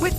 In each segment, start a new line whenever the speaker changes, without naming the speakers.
With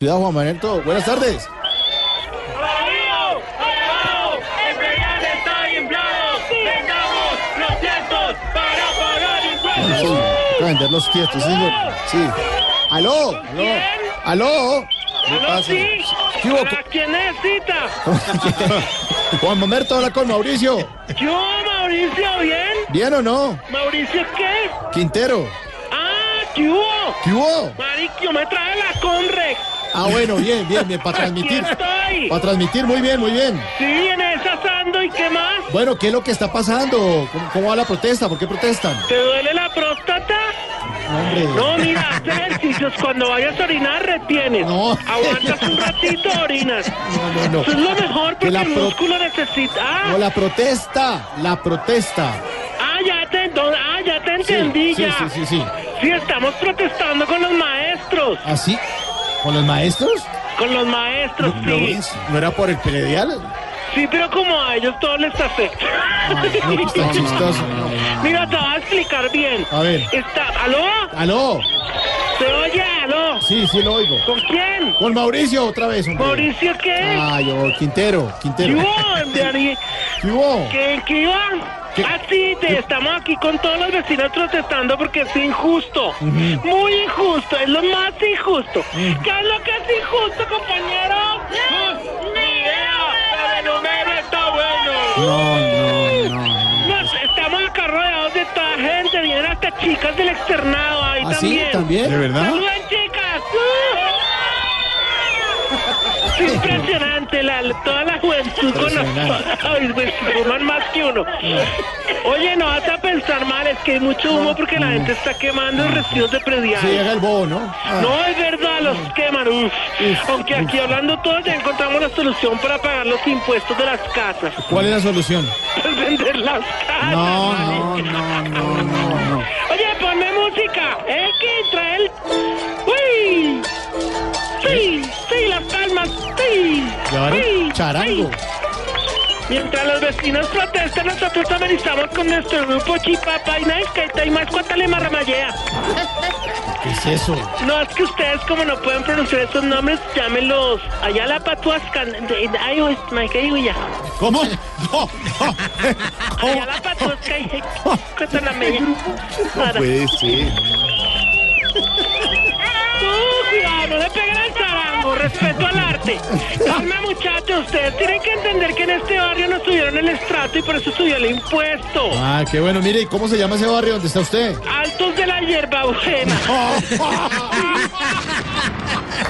Ciudad Juan Manuel Toro. Buenas tardes.
¡Aló! ¡Aló! ¡El penal está inflado! ¡Tengamos los cientos para pagar
Sí,
impuestos!
para vender los tiestos, sí, señor. Sí. ¿Aló? ¿Aló? ¿Aló? ¿Qué
¿Aló,
pasa?
sí?
¿Qué hubo?
¿Para quién es cita?
Juan Mamerto habla con Mauricio.
¿Yo, Mauricio, bien?
¿Bien o no?
¿Mauricio qué?
Quintero.
¡Ah, qué hubo!
¿Qué hubo?
Mariquio, me trae la Conrex.
Ah, bueno, bien, bien, bien. Para
Aquí
transmitir.
estoy.
Para transmitir, muy bien, muy bien.
Sí, en esa sando y qué más.
Bueno, ¿qué es lo que está pasando? ¿Cómo, cómo va la protesta? ¿Por qué protestan?
¿Te duele la próstata?
Hombre.
No, mira, haz ejercicios. Cuando vayas a orinar, retienes.
No.
Aguantas un ratito, orinas.
No, no, no.
Eso es Pues lo mejor
Que
porque
la
el
pro-
músculo necesita. Ah,
No, la protesta. La protesta.
ah, ya te, no, ah, ya te
Sí,
entendí
sí,
ya.
sí, sí, sí.
Sí, estamos protestando con los maestros.
¿Así? ¿Con los maestros?
Con los maestros, sí.
¿No era por el predial?
Sí, pero como a ellos todo les afecta.
Ay, no, pues tan chistoso.
Mira, te voy a explicar bien.
A ver.
Está, ¿Aló?
¿Aló?
¿Se oye? ¿Aló?
Sí, sí lo oigo.
¿Con quién?
Con Mauricio otra vez, hombre.
¿Mauricio qué?
Ay, oh, Quintero,
¿Qué
Quintero.
hubo, Dani?
¿Qué hubo?
¿Qué, qué iba?
¿Qué?
Ah, sí, te- estamos aquí con todos los vecinos protestando porque es injusto. Muy injusto, es lo más injusto. ¿Qué es lo que es injusto, compañero? ¡Ni idea! ¡Pero el número está bueno!
No, no, no.
Nos estamos acarreados de toda gente, vienen hasta chicas del externado ahí
¿Así ¿Ah, también? ¿De
¡Saluden, chicas! ¡Uh! Es impresionante, la, toda la juventud con los...
Impresionante.
Ay, pues, fuman más que uno. Oye, no vas a pensar mal, es que hay mucho humo porque la gente está quemando los residuos de
Se
predial.
llega el bobo, ¿no? Ah,
No, es verdad, los queman. uf. Aunque aquí hablando todos ya encontramos la solución para pagar los impuestos de las casas.
¿Cuál es la solución?
Es vender las casas.
No,
¿vale?
no, no, no, no, no.
Oye, ponme música. Es que trae el... ¡Uy! Sí, sí, las palmas. Sí.
Claro,
sí,
charango.
sí. Mientras los vecinos protestan, nosotros amenizamos con nuestro grupo Chipapa y Naiscaita y más Cuatalema Ramayea.
¿Qué es eso?
No, es que ustedes como no pueden pronunciar esos nombres, llámenlos allá la patuascan. de- de- Ay, uy, Mike, ¿qué digo ya?
¿Cómo? No, no.
Allá la patuasca y Cuatalameya. Para-
ser.
Sucia, no le peguen al zarango, respeto al arte. Calma muchachos, ustedes tienen que entender que en este barrio nos subieron el estrato y por eso subió el impuesto.
Ah, qué bueno. Mire, ¿y ¿cómo se llama ese barrio donde está usted?
Altos de la hierbabuena.
Oh,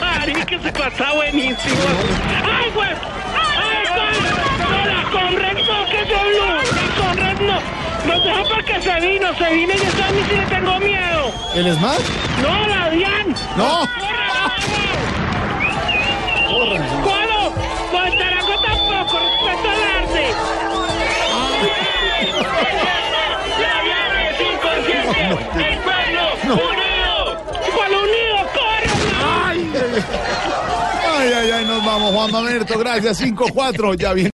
Ari, que se pasa buenísimo. ¡Ay, güey! ¡Ay, güey! ¡No, la Conrex no, que se habló! ¡La Conrex no! ¡Nos deja para que se vino! ¡Se vino y yo también sí le tengo miedo!
¿El Smart?
¡No, la Dian!
No.
¡Cuadro! ¡Guantarango tampoco! ¡Respeto al arte! ¡La Dian es inconsciente! ¡El pueblo unido! ¡Cuál unido? ¡Corre!
Ay, ay, ay, nos vamos, Juan Mamerto. Gracias, 5-4. Ya viene.